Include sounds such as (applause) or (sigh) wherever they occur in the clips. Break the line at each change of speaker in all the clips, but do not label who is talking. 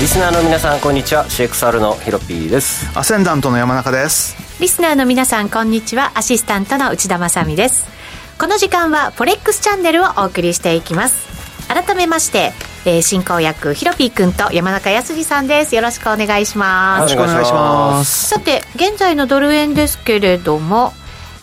リスナーの皆さんこんにちは CXR のヒロピーです
アセンダントの山中です
リスナーの皆さんこんにちはアシスタントの内田まさみですこの時間はフォレックスチャンネルをお送りしていきます改めまして、えー、進行役ヒロピーくんと山中康二さんですよろしくお願いします、
よろしくお願いします
さて現在のドル円ですけれども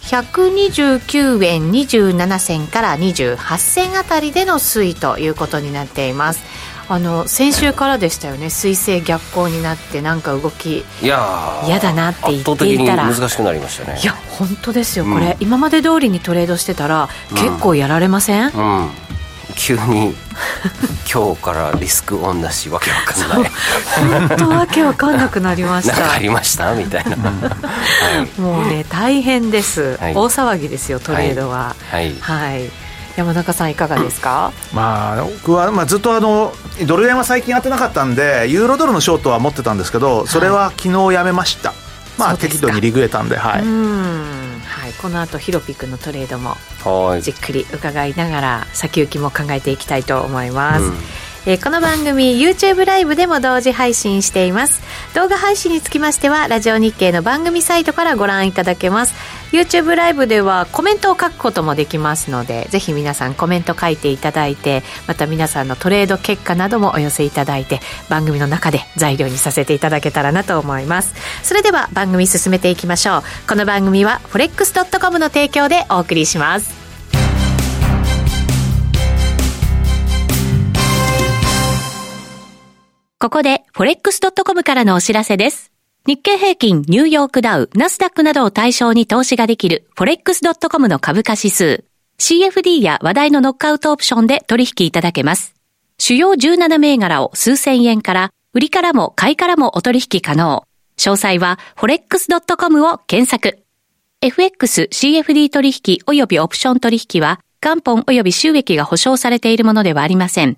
129円27銭から28銭あたりでの推移ということになっていますあの先週からでしたよね彗星逆行になってなんか動き
いやー
嫌だなって言っていたら
圧倒的に難しくなりましたね
いや本当ですよ
うん
これ、今まで通りにトレードしてたら、結構やられません
うん急に今日からリスクオンだしわけわかんない
本当わけわかんなくなりまし
(laughs) なんかあり
た
ましたみたいなはい
もうね大変です、
はい
大騒ぎですよトレードは
はい
はい、山中さんいかがですか、
まあ僕は、まあ、ずっとあのドル円は最近当てなかったんでユーロドルのショートは持ってたんですけどそれは昨日やめました、ま
そ
あ
うです
適
か
度にリグれたんではい、
うんはいこの後ヒロピ君のトレードも
はい
じっくり伺いながら先行きも考えていきたいと思います、
うん
えーこの番組 YouTube ライブでも同時配信しています動画配信につきましてはラジオ日経の番組サイトからご覧いただけます YouTube ライブではコメントを書くこともできますのでぜひ皆さんコメント書いていただいてまた皆さんのトレード結果などもお寄せいただいて番組の中で材料にさせていただけたらなと思いますそれでは番組進めていきましょうこの番組は forex.com の提供でお送りしますここで forex.com からのお知らせです。日経平均、ニューヨークダウ、ナスダックなどを対象に投資ができる forex.com の株価指数。CFD や話題のノックアウトオプションで取引いただけます。主要17銘柄を数千円から、売りからも買いからもお取引可能。詳細は forex.com を検索。FX、CFD 取引及びオプション取引は、元本及び収益が保証されているものではありません。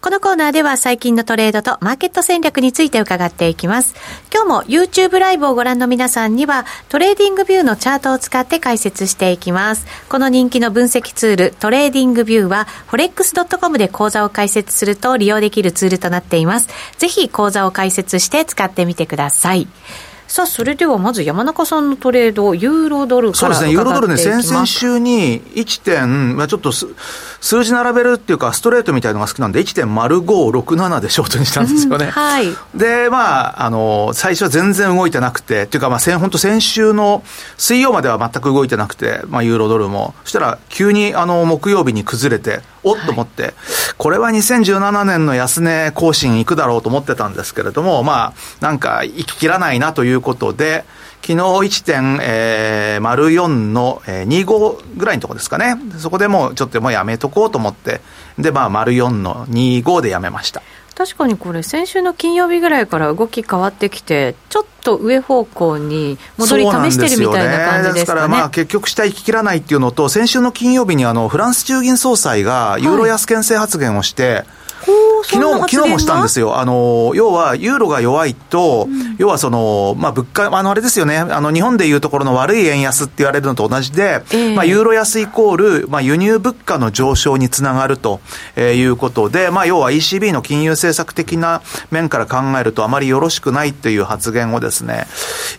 このコーナーでは最近のトレードとマーケット戦略について伺っていきます。今日も YouTube ライブをご覧の皆さんにはトレーディングビューのチャートを使って解説していきます。この人気の分析ツールトレーディングビューは forex.com で講座を開設すると利用できるツールとなっています。ぜひ講座を開設して使ってみてください。さあ、それではまず山中さんのトレード、ユーロドル
そ
か
うです
ら伺って
ね、
い
ユ
きま
ー
す。
ロドルね、先々週に1点、まあ、ちょっとす数字並べるっていうか、ストレートみたいのが好きなんで、1.0567でショートにしたんですよね。
はい。
で、まあ、あの、最初は全然動いてなくて、っていうか、まあ、先、本当先週の水曜までは全く動いてなくて、まあ、ユーロドルも。そしたら、急に、あの、木曜日に崩れて、おっと思って、これは2017年の安値更新行くだろうと思ってたんですけれども、まあ、なんか、行ききらないなということで、昨日1.04のえー25ぐらいのとこですかね。そこでもうちょっともうやめとこうと思って。で、まあ、04の25でやめました。
確かにこれ先週の金曜日ぐらいから動き変わってきてちょっと上方向に戻り試してるみ
そうなんですよ
たいな感じです
ねだか
からね
まあ結局下行ききらないっていうのと、先週の金曜日にあのフランス中銀総裁がユーロ安牽制発言をして、
おーそん
昨
な
日も昨日
発言
も
が
したんですよ、あの要はユーロが弱いと、要はその、まあ、物価、あのあれですよね、あの日本でいうところの悪い円安って言われるのと同じで、
ええ
まあ、ユーロ安イコール、まあ、輸入物価の上昇につながると、えーいうことで、まあ、要は ECB の金融政策的な面から考えると、あまりよろしくないという発言をですね、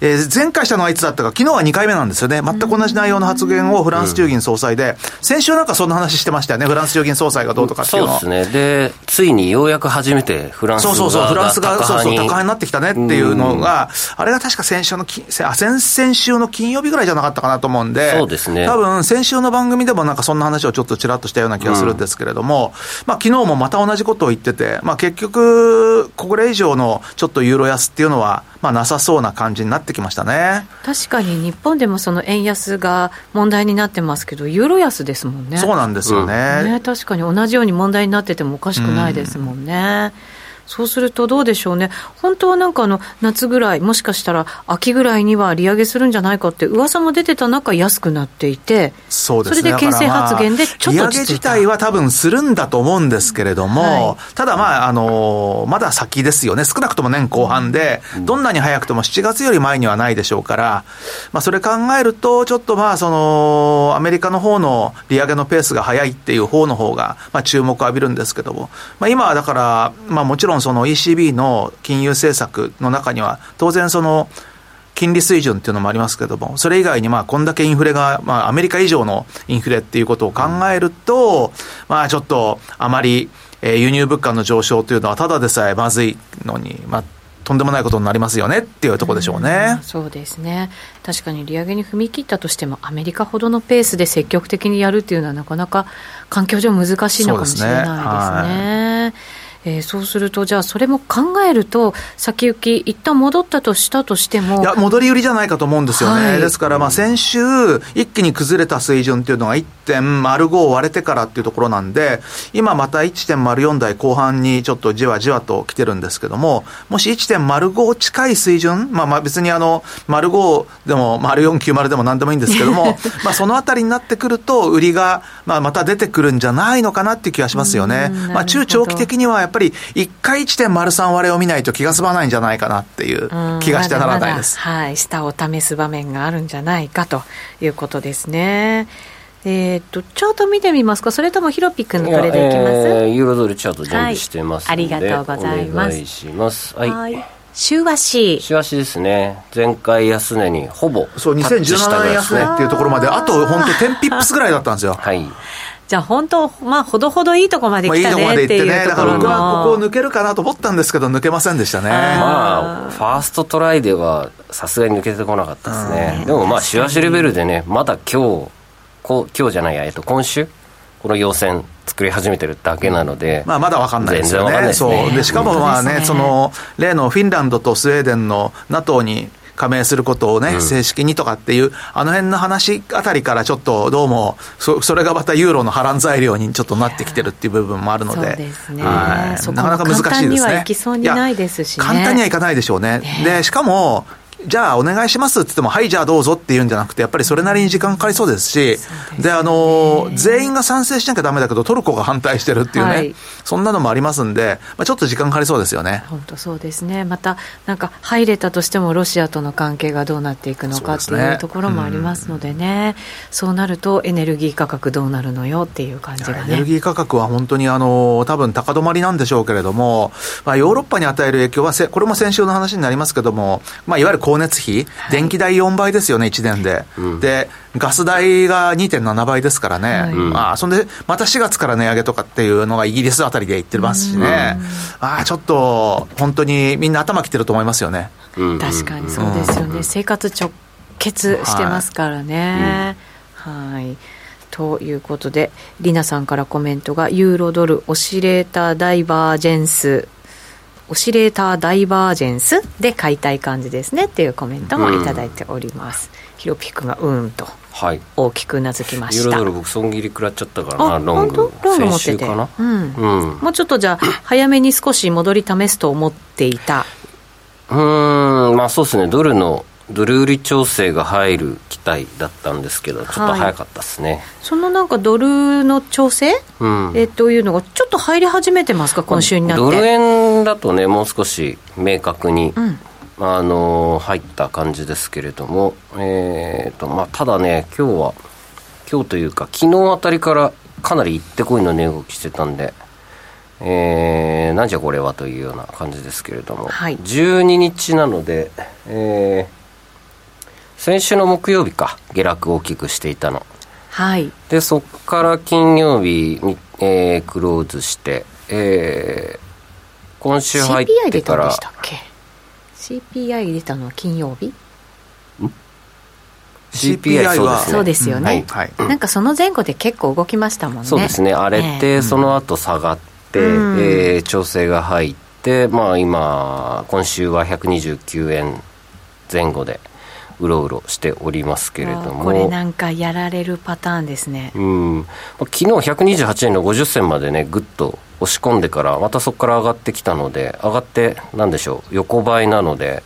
えー前回したのはいつだったか、昨日は2回目なんですよね、全く同じ内容の発言をフランス中銀総裁で、先週なんかそんな話してましたよね、フランス中銀総裁がどうとかっていう
そう
の
です。ね
は
でついにようやく初めてフランス
そうそうそう、
側
フランスが、そうそう、高派になっててきたねっていうのが、あれが確か先週のき、あ先々週の金曜日ぐらいじゃなかったかなと思うんで、
そうですね
多分先週の番組でもなんかそんな話をちょっとちらっとしたような気がするんですけれども、まあ昨日もまた同じことを言ってて、まあ結局、これ以上のちょっとユーロ安っていうのは、まあなさそうな感じになってきましたね。
確かに日本でもその円安が問題になってますけど、ユーロ安ですもんね。
そうなんですよね。
ね、確かに同じように問題になっててもおかしくないですもんね。そうするとどうでしょうね、本当はなんかあの夏ぐらい、もしかしたら秋ぐらいには利上げするんじゃないかって噂も出てた中、安くなっていて、
そうですね、
れで牽制
だからまあ
発言でちょっと
利上
落
げ
ち着
自
いた
体は多分するんだと思うんですけれども、
は
ただまあ、あのまだ先ですよね、少なくとも年後半で、どんなに早くとも7月より前にはないでしょうから、まあ、それ考えると、ちょっとまあその、アメリカの方の利上げのペースが早いっていう方の方が、まあ、注目を浴びるんですけども、まあ、今はだから、まあ、もちろんその ECB の金融政策の中には、当然その、金利水準っていうのもありますけども、それ以外にまあこんだけインフレが、まあ、アメリカ以上のインフレっていうことを考えると、まあちょっとあまり、えー輸入物価の上昇というのは、ただでさえまずいのに、まあ、とんでもないことになりますよねっていうところでしょうね。
そうですね、確かに利上げに踏み切ったとしても、アメリカほどのペースで積極的にやるっていうのは、なかなか環境上難しいのかもしれないですね。
そうです
えーそうすると、じゃあ、それも考えると、先行き、一旦戻ったとしたとしても、
いや、戻り売りじゃないかと思うんですよね。
はい
ですから、まあ、先週、一気に崩れた水準っていうのが1.05を割れてからっていうところなんで、今また1.04台後半にちょっとじわじわと来てるんですけども、もし1.05近い水準、まあ、まあ別にあの、丸5でも、丸490でも何でもいいんですけども、
(laughs)
まあ、そのあたりになってくると、売りが、まあ、また出てくるんじゃないのかなっていう気がしますよね
うん。
ま
なるほ
あ、
ど
中長期的にはやっぱり、1回1.03割れを見ないと気が済まないんじゃないかなっていう
うん
気がしてならないです。
まだまだはい、下を試す場面があるんじゃないかということですね。えーっと、ちょっと見てみますか、それともヒロピ君のトレードいきます、
えーユーロドルチャート準備してますので、
はいありがとうございます
お願いしますはい、
はい週足
しわしですね前回安値にほぼ
そう、
タッチした
2017
ぐらい
年
です
安
ね
値っていうところまで、あと本当10ピップスぐらいだったんですよ。
はい
じゃあ本当、まあ、ほどほどいいとこまで
まあ、い
来
い
た
とこま
ね
で行
って
って
い
ね、
うと
だか
こ
ら
ろ
僕はここを
の
抜けるかなと思ったんですけど、抜けませんでしたね。
まあファーストトライではさすがに抜けてこなかったですねでもまあしわしレベルでねまだ今日こう今日じゃないや、えっと、今週この要線作り始めてるだけなので、
まあ、まだわかんないですよ
全然わかんない
ね。
ですね
そう。で、しかもまあ
本当
ね、
です
そ
ね
の、例のフィンランドとスウェーデンの NATO に加盟することをね、正式にとかっていう、あの辺の話あたりからちょっとどうも、そそれがまたユーロの波乱材料にちょっとなってきてるっていう部分もあるの
そう
で
です、ね
はい
そこ
な
も
かなか難しいですね。
簡単にはいきそうにないですしね
いや簡単にはいかないでしょうね。
ね
で、しかも、じゃあお願いしますって言っても、はい、じゃあどうぞって言うんじゃなくて、やっぱりそれなりに時間かかりそうですし、であのー、全員が賛成しなきゃダメだけど、トルコが反対してるっていうね、
はい
そんなのもありますんで、まあ、ちょっと時間かかりそうですよね。
本当そうですね、またなんか入れたとしても、ロシアとの関係がどうなっていくのかって
そうです
いう
ね
ところもありますのでね、そうなるとエネルギー価格どうなるのよっていう感じが
エネル
ね。
ギー価格は本当にあの多分高止まりなんでしょうけれども、まあ、ヨーロッパに与える影響はせ、これも先週の話になりますけども、まあ、いわゆる光熱費、電気代4倍ですよね、1年で、でガス代が2.7倍ですからね、
はい
まあ、そんでまた4月から値上げとかっていうのがイギリスあたりで言ってますしね、ああちょっと本当にみんな頭きてると思いますよね。
うんうん
確かにそうですよね、生活直結してますからね。はい、ということでりなさんからコメントが「ユーロドルオシレーターダイバージェンス」オシレーターダイバージェンスで買いたい感じですねっていうコメントもいただいております、ヒロピ君がうーんと
はい
大きくうなずきま
ユ
し
ーロ
た
ドル僕損切り食らっちゃったからな
あ
ロン
本
グ
当ロング持っ
先週
てて
かな
うん
うんう
もうちょっとじゃあ早めに少し戻り試すと思っていた
ーんまあそうですねドルのドル売り調整が入る期待だったんですけどちょっと早かったですね、
そのなんかドルの調整、
うん
えというのがちょっと入り始めてますか、今週になって。
ドル円だとねもう少し明確に、
ん
あのー入った感じですけれども、えーとまあ、ただね今日は今日というか昨日あたりからかなり行ってこいの値動きしてたんで、えーなんじゃこれはというような感じですけれども、
はい
12日なので、えー先週の木曜日か下落を大きくしていたの
はい、
でそこから金曜日に、えークローズして、え今週入っ
CPI
て
出
か
たんで
ら
したっけ CPI 出たのは金曜日
CPI
そうで
は
すね
そうですよね、
はい
はい
なんかその前後で結構動きましたもんね
そうですね荒れ
ええ
てその後下がって、
うん
えー調整が入ってまあ今今週は129円前後でうろうろしておりますけれど
これな
も
んかやられるパターンですね
うん、まあ昨日128円の50銭までねぐっと押し込んでからまたそこから上がってきたので上がってなんでしょう横ばいなので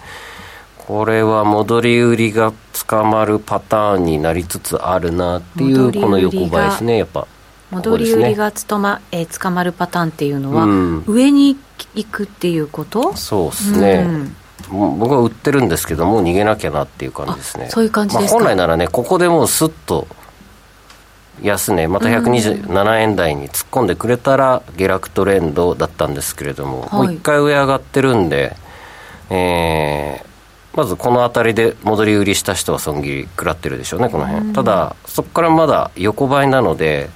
これは戻り売りが捕まるパターンになりつつあるなっていう
戻り売りが
この横ばいですねやっぱこ
戻
こで
り
すね
売りが務ま、えー捕まるパターンっていうのは、
うん
上に行くっていうこと
そうですね、もう僕は売ってるんですけどもう逃げなきゃなっていう感じですね
あそういう感じですか
まあ、本来ならねここでもうスッと安値また127円台に突っ込んでくれたら下落トレンドだったんですけれども、
はい
もう一回上上がってるんでえーまずこの辺りで戻り売りした人は損切り食らってるでしょうねこの辺、ただそこからまだ横ばいなので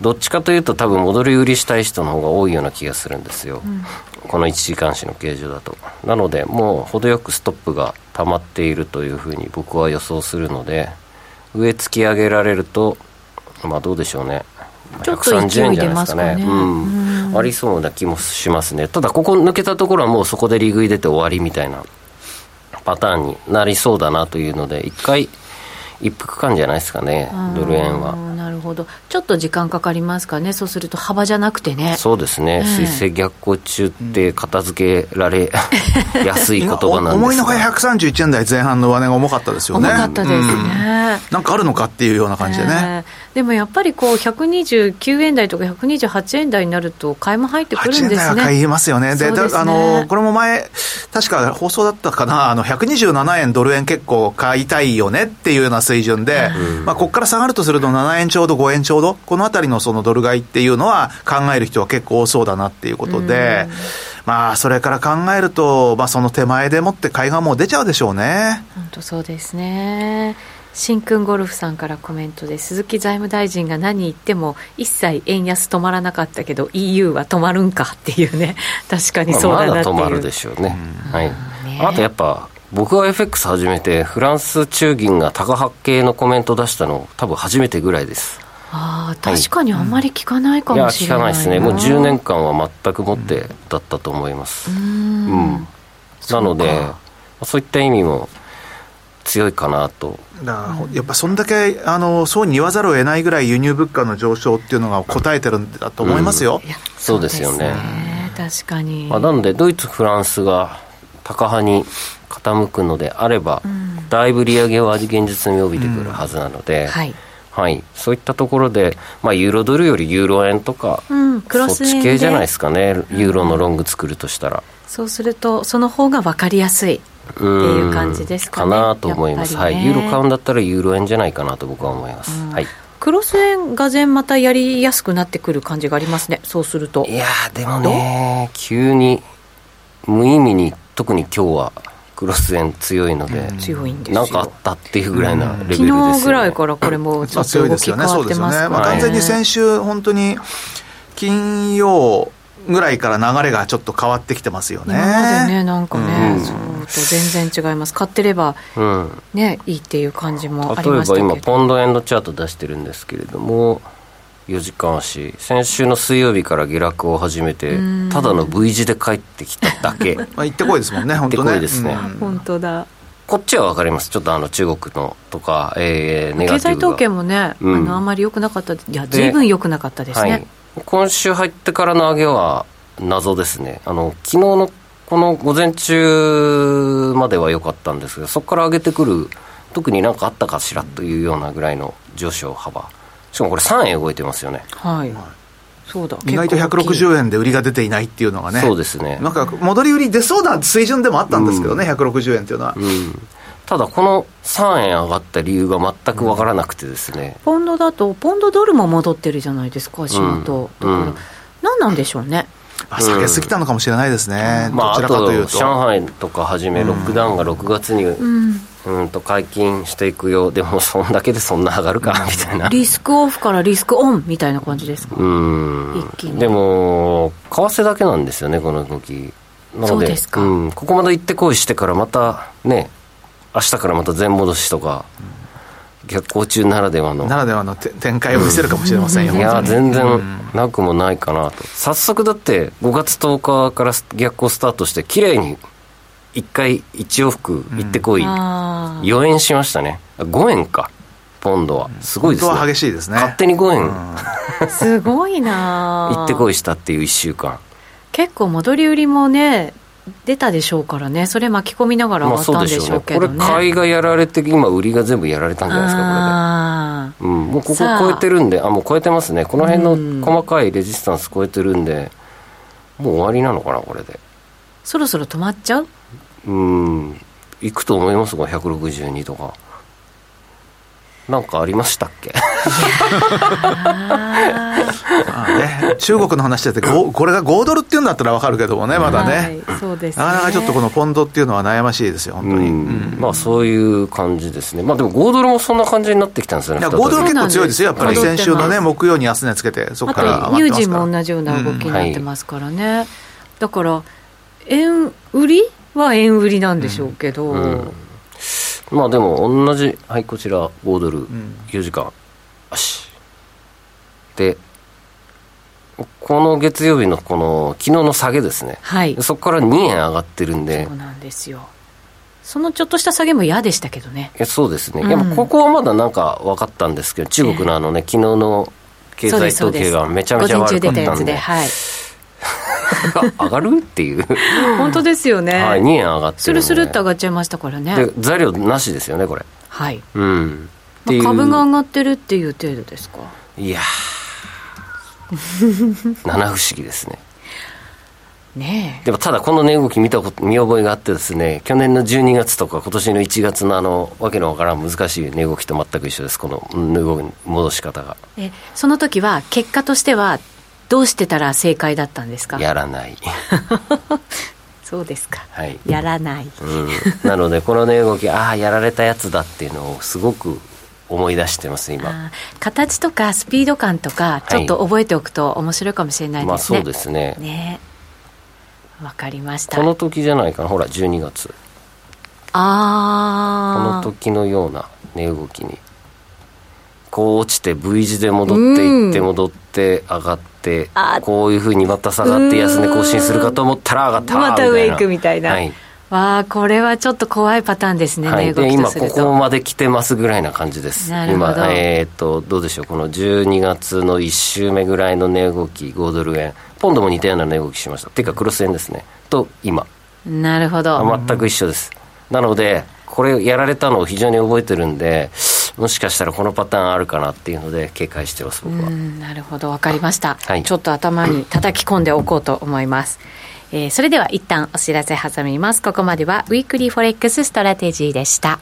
どっちかというと多分戻り売りしたい人の方が多いような気がするんですよ、この1時間足の形状だとなのでもう程よくストップが溜まっているというふうに僕は予想するので上突き上げられるとまあどうでしょうね
ちょっと勢い出ますか
130円じゃな
ね
いですうんありそうな気もしますねただここ抜けたところはもうそこで利食い出て終わりみたいなパターンになりそうだなというので一回一服感じゃないですかねドル円
あ
は
ーなるほどちょっと時間かかりますかねそうすると幅じゃなくてね
そうですね
ええ
水星逆行中って片付けら (laughs) れやすい言
今
葉なんですが
思いのほか131円台前半の上値が重かったですよね
重かったですね、
なんかあるのかっていうような感じでね、
えーでもやっぱりこう129円台とか128円台になると買いも入ってく
8
るん
円
で
台
す
は買
ね。
いますよね。で、
そうですね
だあの、これも前、確か放送だったかな、あの、127円ドル円結構買いたいよねっていうような水準で、まあ、ここから下がるとすると7円ちょうど5円ちょうど、このあたりのそのドル買いっていうのは考える人は結構多そうだなっていうことで、まあ、それから考えると、まあ、その手前でもって買いがもう出ちゃうでしょうね。
本当そうですね。新君ゴルフさんからコメントで鈴木財務大臣が何言っても一切円安止まらなかったけど EU は止まるんかっていうね (laughs) 確かに
まあ
そうだ
ま
なっ
だ
てい
止
う、
まるでしょうね、はい、
ね
あとやっぱ僕が FX 始めてフランス中銀が高発系のコメント出したの多分初めてぐらいです
ああ確かにあんまり聞かないか
いや
もし
聞
れな
か
いな、
ないですねもう10年間は全くもってだったと思いますうん、なのでそういった意味も強いかなと
だからやっぱそんだけ、あの、そうに言わざるを得ないぐらい輸入物価の上昇っていうのが応えてるんだと思いますよ。
いや
そうですよね
そうですね確かに、
まあ、なのでドイツ、フランスが高派に傾くのであれば、だいぶ利上げは現実味を帯びてくるはずなので、
はい
はいそういったところで、まあ、ユーロドルよりユーロ円とか、
うんクロス
そ
円
っ
で
ち系じゃないですかね、ユーロのロング作るとしたら。
そうするとその方が分かりやすい
って
いう感じですかね
なと思います、
やっぱ
は
りね
い、ユーロ買うんだったらユーロ円じゃないかなと僕は思います、はい、
クロス円が全またやりやすくなってくる感じがありますねそうすると
いやーでもね急に無意味に特に今日はクロス円強いので、
強いんですよ
なんかあったっていうぐらいなレベルですよね、
昨日ぐらいからこれもうち
ま
ょ
あ、
っと
強い
動
で
き
すよ
変
ね、
わ
そ
っ
う
て
ですよ
ますから
ね、まあ、
はい
完全に先週、本当に金曜ぐらいから流れがちょっと変わってきてますよね。
今までねなんか
う
ね、
ん
そうと全然違います買ってれば
うん、
ねいいっていう感じもあり
例え
ました
ば
け
今
ど
ポンド円のチャート出してるんですけれども4時間足先週の水曜日から下落を始めてただの V 字で帰ってきただ
(laughs)
け
まあ、行ってこいですもんね、本当
行ってこ
ね。
いですね
うん
本当だ
こっちは分かりますちょっとあの中国のとか、えー、ネガ
経
ティ
済
ブが
統計もね、
うん
あのあんまり良くなかったいや随分良くなかったですね、
はい、今週入ってからの上げは謎ですねあの昨日のこの午前中までは良かったんですけどそこから上げてくる特になんかあったかしらというようなぐらいの上昇幅しかもこれ3円動いてますよね
はい、そうだ
意外と
結構大きい
160円で売りが出ていないっていうのがね、
そうですね
なんか戻り売り出そうな水準でもあったんですけどね、160円っていうのは。
ただこの3円上がった理由が全く分からなくてですね、
ポンドだとポンドドルも戻ってるじゃないですか足元、
うんうん
だから何なんでしょうね
まあ、下げすぎたのかもしれないですね、
ま
ど
あ、
ち
あ
らかとい
と
うと。
上海とかはじめロックダウンが6月に
うん
うんと解禁していくよでもそんだけでそんな上がるかみたいな
リスクオフからリスクオンみたいな感じですか、
うん
一気に
でも為替だけなんですよねこの動きな
そ
の
う
で
ですか
ん、ここまで行ってこいしてからまたね明日からまた全戻しとか逆行中ならではの
ならではのて展開を見せるかもしれませんよ、
いや
本当
全
にう
然
ん
なくもないかなと早速だって5月10日から逆行スタートして綺麗に1回1往復行ってこい、
あー
4円しましたね5円かポンドはすごい
本
です
当
ね
は激しいですね
勝手に5円
すごいな
行ってこ
い
いしたっていう1週間
結構戻り売りもね出たでしょうからねそれ巻き込みながら
まあ
終
そ
わ
う
った
で
んで
し
し
ょ
ょ
う
う
ね
け
こ
ど
れ
ね
買いがやられて今売りが全部やられたんじゃないですかこれでう
あー
ん、もうここ
さあ
超えてるんであもう超えてますねこの辺
うん
の細かいレジスタンス超えてるんでもう終わりなのかなこれで
そろそろ止まっちゃう
うん行くと思いますが162とかなんかありましたっけ
まあね、中国の話だってごこれが5ドルっていうんだったら分かるけどもねまだね、
はい、そうです、ね、
なかなかちょっとこのポンドっていうのは悩ましいですよ本
う
当に、うん
んまあそういう感じですねまあでも5ドルもそんな感じになってきたんですよ
い
ね
や
再び
5ドル結構強いですよやっぱり
そうなん
先
で
週
すよ
のね木曜に安値つけてそこ
あ
か
と
ら上
ニュ
が
ー
ってます
ジー
から
も同じような動きになってますからね、だから円売りは円売りなんでしょうけど、
うんまあでも同じはいこちら5ドル
ん
4時間足でこの月曜日のこの昨日の下げですね
はいそ
そこから2円上がってるんで
うなんですよそのちょっとした下げも嫌でしたけどね
えそうですね、
うん
いやまあここはまだなんか分かったんですけど中国のあのね昨日の経
そうで
済
すそう
統
で
計
す
がめちゃ
午
めちゃ
前中
悪かっ
出
た
や
た
つ
ん
で
で
はい
(laughs) 上がるっていう、
本当ですよね、
はい、2円上がって
ス
るんで
ルスルっと上がっちゃいましたからね
で材料なしですよねこれ
はい、
うんって
ま
い
あ、
う
株が上がってるっていう程度ですか
いやー七不思議ですね
ねえ
でもただこの値動き見たこと見覚えがあってですね去年の12月とか今年の1月のあのわけのわからん難しい値動きと全く一緒ですこのうん値動き戻し方が
えその時は結果としてはどうしてたら正解だったんですか
やらない (laughs)
そうですか
はい
やらない
うん、なのでこの値動きああやられたやつだっていうのをすごく思い出してます今
あー形とかスピード感とか
い
ちょっと覚えておくと面白いかもしれない
ま
で
あ
すね、
そうですね
ねわかりました
この時じゃないかなほら12月この
ああ
時のような値動きにこう落ちて V 字で戻っていって
うん
戻って上がって
あ
こういうふうにまた下がって安値更新するかと思ったら上がった
また上行くみ
み
たいな、
はい、
わあこれはちょっと怖いパターンですね、
はい、
値動
で
きと
今
す
こ
る
ことまで来てますぐらいな感じです
なるほど
今えーっとどうでしょうこの12月の1週目ぐらいの値動き5ドル円ポンドも似たような値動きしましたていうかクロス円ですねと今
なるほど、
全く一緒ですなのでこれやられたのを非常に覚えてるんでもしかしたらこのパターンあるかなっていうので警戒してます僕は、
うんなるほどわかりました、
はい
ちょっと頭に叩き込んでおこうと思います、えーそれでは一旦お知らせ挟みますここまではウィークリーフォレックスストラテジーでした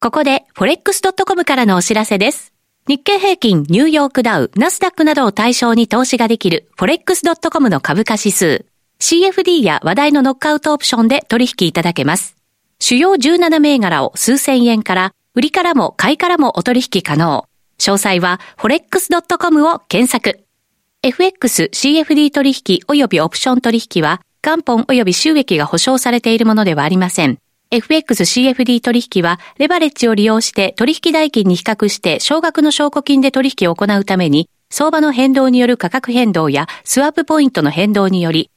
ここで forex.com からのお知らせです。日経平均、ニューヨークダウ、ナスダックなどを対象に投資ができる forex.com の株価指数。CFD や話題のノックアウトオプションで取引いただけます。主要17銘柄を数千円から、売りからも買いからもお取引可能。詳細は forex.com を検索。FX、CFD 取引及びオプション取引は、元本及び収益が保証されているものではありません。FX、CFD 取引は、レバレッジを利用して取引代金に比較して、少額の証拠金で取引を行うために、相場の変動による価格変動や、スワップポイントの変動により、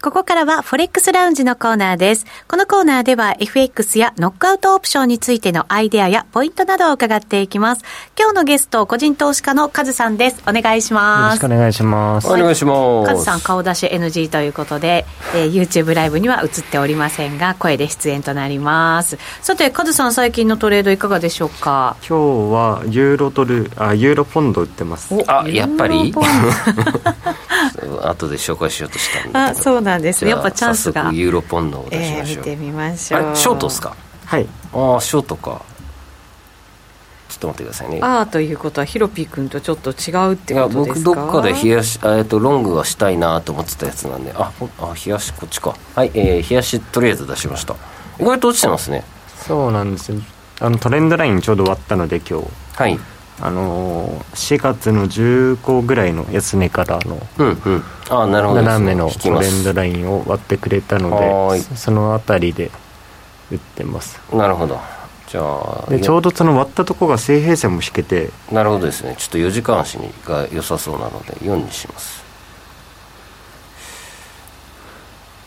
こ
こからはフォレックスラウンジのコーナーです。このコーナーでは FX やノックアウトオプションについてのアイデアやポイントなどを伺っていきます。今日のゲスト、個人投資家のカズさんです。お願いし
よろ
ま
し
す
くお。願いします。
お願いします。
カズさん顔出し NG ということで、えー YouTube ライブには映っておりませんが声で出演となりますさてカズさん最近のトレードいかがでしょうか
今日はユーロドル、あ、ユーロポンド売ってます。
あやっぱり
ユーロポンド
(laughs) 後で紹介しようとしたんだ
あ
けど
そうなんですねやっぱチャンス
じゃあ
が
早速ユーロポンドを出し
え
ま
ー
し
見
ょう、
てみましょう
あれショートですか
はい。
ああショートかちょっと待ってくださいね
ああということはヒロピー君とちょっと違うって
いや
ことで
僕
す
ど
か
っかで冷やし、あえっとロングはしたいなと思ってたやつなんであほあ冷やしこっちかはい、えー、冷やしとりあえず出しました意外と落ちてますね
そうなんですよ。あのトレンドラインちょうど終わったので今日、
はい
あのー、4月の15ぐらいの安値からの
うんうんああなるほどです
斜めの
引き
ト
ま
レン
す
ドラインを割ってくれたの
はー
で
い
その辺りで売ってます
なるほどじゃあ
でちょうどその割ったとこが水平線も引けて
なるほどですねちょっと4時間足にが良さそうなので4にします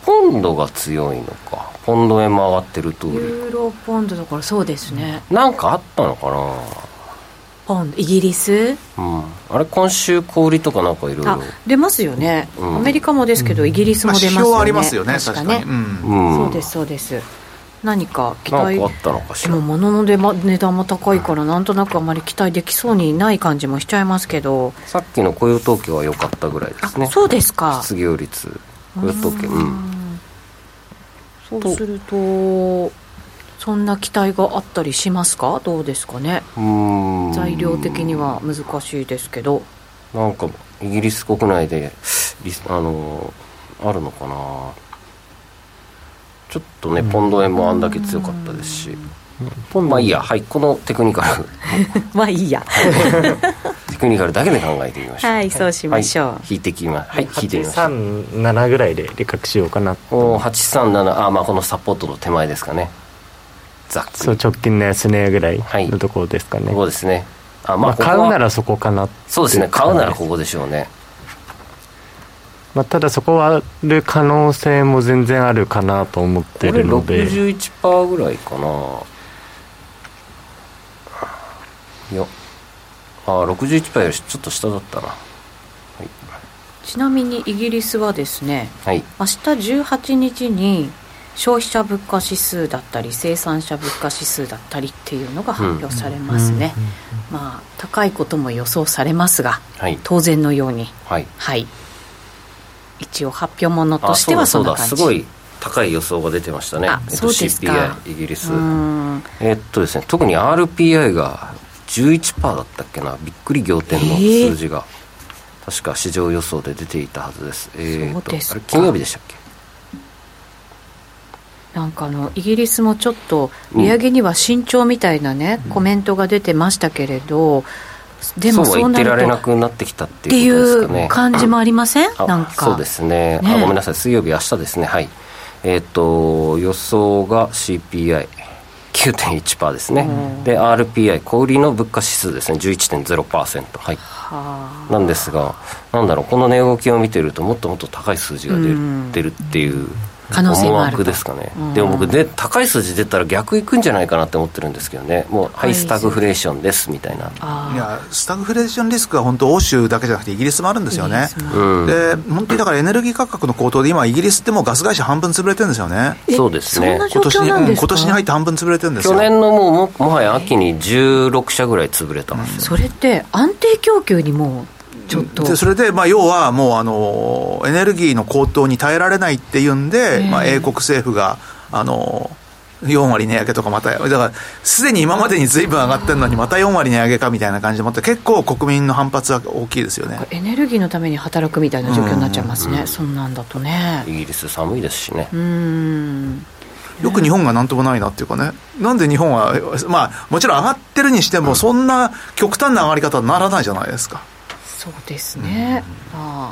ポンドが強いのかポンド円も上がってると
ユーロポンドだからそうですね、
なんかあったのかな
ポンドイギリス
うんあれ今週小売りとかなんかいろい
あ
ろ
出ますよね、
うん
アメリカもですけど、イギリスも
まあ、
出
指
ますよね
標はありますよね、確か
確
に。
かね
うん
うん
そうですそうです何か期
な
待
ん
で
かあったのかしら
も物の出ま値段も高いからなんとなくあまり期待できそうにない感じもしちゃいますけど
さっきの雇用統計は良かったぐらいで
あ
すね
そうですか
失業率雇用統計うん
そうするとそんな期待があったりしますかどうですかね
うん
材料的には難しいですけど
なんかイギリス国内でリスあのーあるのかなちょっとねポンド円もあんだけ強かったですし、
ポンド
まあいいやはいこのテクニカル (laughs)
まあいいや
テクニカルだけで考えてみましょう
はいそうしましょう、
はい、引いてきまはい引いてみましょう
837ぐらいで利確しようかな
おお837あまあこのサポートの手前ですかねざっくり
そう直近の安値ぐらい
はい
のところですかね、
そうですねあま
ま
あ
あ、
ここ
買
は
うならそこかなってい感じ
そうですね買うならここでしょうね
まあ、ただそこはある可能性も全然あるかなと思っ
こ
て
れ
るので
61%ぐらいかないやあー61%よりちょっと下だったなはい、
ちなみにイギリスはですね
はい、
明日18日に消費者物価指数だったり生産者物価指数だったりっていうのが発表されますね、まあ高いことも予想されますが
はい
当然のように
はい
はい一応発表もの
あ
としてはそ
うん
な
だ
感じ
そうだすごい高い予想が出てましたね
あ
えっ
そ
と
うですか
CPI イギリス
うーん
えっとですね特に RPI が11%だったっけなびっくり仰天の
えー
数字が、確か市場予想で出ていたはずですえーっと
そうです
あ
か
れ金曜日でしたっけ
なんかあのイギリスもちょっと利上げには慎重みたいなね、コメントが出てましたけれどでも
そう
そ
は言っ
うな
て
る
られ
と
なくなってきたっ
っててい
いうことですかね
う感じもありません、
あ
なんか
そうですね
ね
あごめんなさい水曜日明日ですねはいえっ、と予想が CPI9.1% ですね、で RPI 小売りの物価指数ですね11.0%はい
はあ
なんですがなんだろうこの値動きを見てるともっともっと高い数字が出る,、
うん
出るっていう
可能性
思
もあると
惑ですかね、
うん
でも僕で高い数字出たら逆いくんじゃないかなって思ってるんですけどねもうハイスタグフレーションですみたいな、
あ
いやスタグフレーションリスクは本当、欧州だけじゃなくて、イギリスもあるんですよ
イギ
ね
リスも。
うん、
で本当にだからエネルギー価格の高騰で、今、イギリスってもうガス会社半分潰れてるんですよね、
え
そうですね
そんな状
今年
況
に
な
うん
で
ん
す
今
か
年に入って半分潰れてるんですよ、
去年のもうももはや秋に16社ぐらい潰れたんですよ、
それって安定供給にもうちょっと
でそれで、まあ、要はもうあのエネルギーの高騰に耐えられないっていうんで、まあ、英国政府があの4割値上げとかまただからすでに今までにずいぶん上がってるのにまた4割値上げかみたいな感じでもって結構国民の反発は大きいですよね。
エネルギーのために働くみたいな状況になっちゃいますね、そんなんだとね
イギリス寒いですしね
う、ーん
よく日本がなんともないなっていうかね、なんで日本は、まあ、もちろん上がってるにしても、そんな極端な上がり方にならないじゃないですか。
そうですね、まあ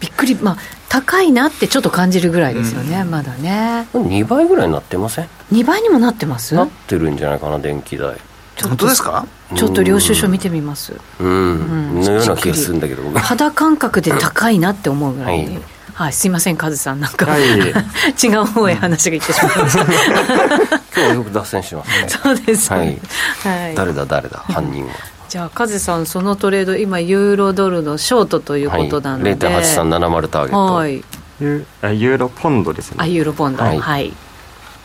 びっくりまあ高いなってちょっと感じるぐらいですよね、まだね
2倍ぐらいになってません、
2倍にもなってます
なってるんじゃないかな電気代
ちょっ
本
と
当ですか
ちょっと領収書見てみます
うん、
うん
のような気がするんだけど僕
肌感覚で高いなって思うぐら
は
い、
い
はい、すいませんカズさんなんか、
はい
(laughs) 違う方へ話がいってしまいまし
今
た
日はよく脱線しますね。
そうですね
はい
はい
誰だ誰だ犯人は。
じゃあカズさんそのトレード今ユーロドルのショートという
は
こ
い。
となので、
零点八三七丸ターゲ
は
ッ
い
ユーあユーロポンドです
あ
ね
ユーロボンドは、
はいい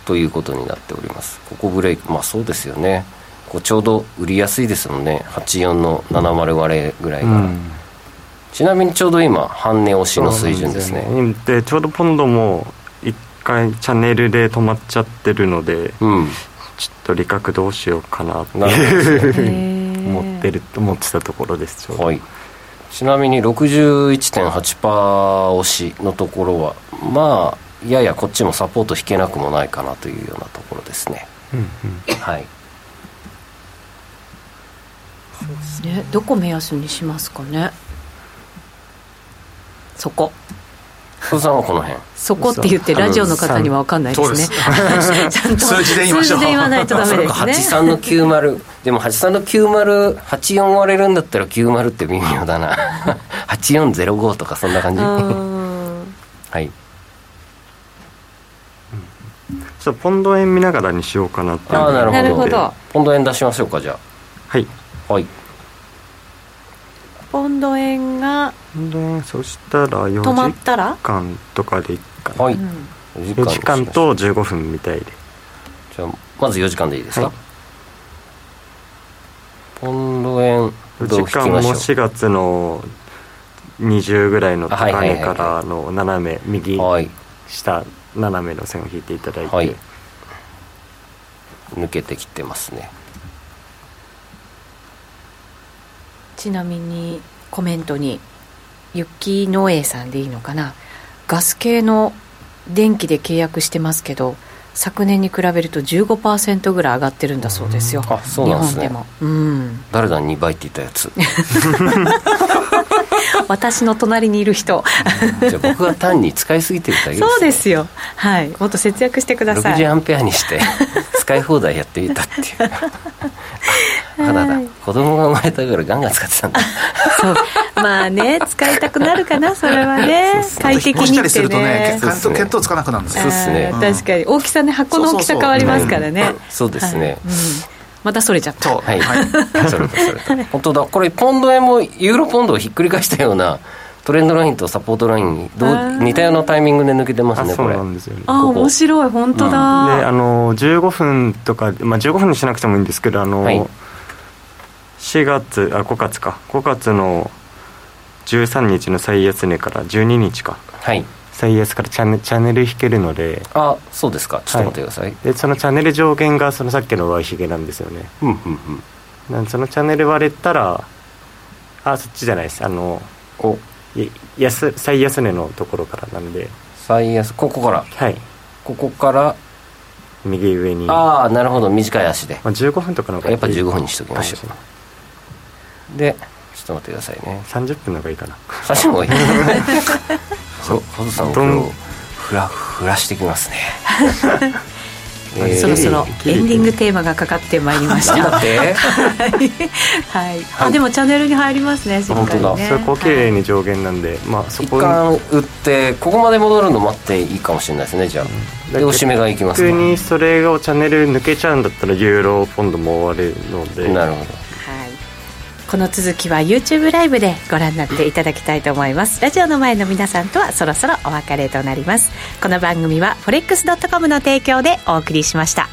トということになっております。ここブレイクまあそうですよね。こうちょうど売りやすいですもんね。八四の七丸割れぐらいが、
うん
ちなみにちょうど今半値押しの水準ですね。
そうなんですよねでちょうどポンドも一回チャンネルで止まっちゃってるので
うん。
ちょっと利確どうしようかなって
なるほどですね。
思ってる思ってたところですちょうど
はい、ちなみに61.8%押しのところはまあややこっちもサポート引けなくもないかなというようなところですね
うんうん
はい
ねどこ目安にしますかねそこ
佐藤さんはこの辺
そこって言ってラジオの方には分かんないですね (laughs) ちゃんと
数字で言いましょう
数字言わないと
(laughs)
ダメですね
83の90でも83の9084割れるんだったら90って微妙だな (laughs) 8405とかそんな感じは
うん
い
ちょっとポンド円見ながらにしようかなって
ああなるほど
なるほど
ポンド円出しましょうかじゃ
はい
あはい
ポンド円が
ポンド円そしたら4
止まっ
時
たら、
間とかでいいかな
はい、
うん
四
4時間と15分みたいで
じゃあまず4時間でいいですか、
はい
ポンド円
4
どう
時
引き
間も
ましょう
4月の20ぐらいの高
はいはいはい
値
はい
からの斜め右
はい
下斜めの線を引いていただいて、
はい抜けてきてますね
ちなみにコメントに雪農園さんでいいのかなガス系の電気で契約してますけど昨年に比べると15%ぐらい上がってるんだそうですよ
あそうなんですね
日本でもうん
誰だ2倍って言ったや
(laughs)
つ
私の隣にいる人
じゃあ僕が単に使いすぎてるだけですね
そうですよはいもっと節約してください
60アンペアにして
(laughs)
使い放題やってみたっていうあだだ子供が生まれたからガンガン使ってたんだ
そうまあね使いたくなるかなそれはね快適
もし
見
たりするとね
そうっ
血
すね
見当つかなくなるんです
そう
よ
っすね
あー確かに大きさね箱の大きさ変わりますからね、
うんそうですね、
うんまたそれちゃった
そう
はい、
はい
それだそれだ本当だこれポンド円もユーロポンドをひっくり返したようなトレンドラインとサポートラインど
あ
う
ー
似たようなタイミングで抜けてます
あ
ね
そ
こ
う
れ
なんですよね
あ
ここ
面白い本当だ、
であの15分とか、まあ、15分にしなくてもいいんですけどあの、
はい
4月あ5月か5月の13日の最安値から12日か
はい
最安からチャンネチャンネル引けるので
あそうですかちょっと待ってください、
でそのチャンネル上限がそのさっきのワイヒゲなんですよね
うんうんうん
なんそのチャンネル割れたらあそっちじゃないですあの
お
い安最安値のところからなので
最安ここから
はい
ここから
右上に
ああなるほど短い足で
まあ、15分とかの方がいい
やっぱ15分にしときましょう
はい
でちょっと待ってくださいね
30分の方がいいかな
最初の方
(laughs)
がいいそうホズさん
どん
今日ふらふらしてきます
(laughs)
ねえー
そろそろエンディングテーマがかかってまいりまし
なん
(laughs) た。
だって
はい。あでもチャンネルに入りますね。しっかりね
本当だ
そこ綺麗に上限なんで、まあ (laughs) そ
一
こに
貫打ってここまで戻るの待っていいかもしれないですねじゃあでおしめがいきます
逆に
ね
それをチャンネル抜けちゃうんだったらユーロポンドも終わるので
なるほど
はい。この続きは YouTube ライブでご覧になっていただきたいと思います。ラジオの前の皆さんとはそろそろお別れとなります。この番組は forex.com の提供でお送りしました。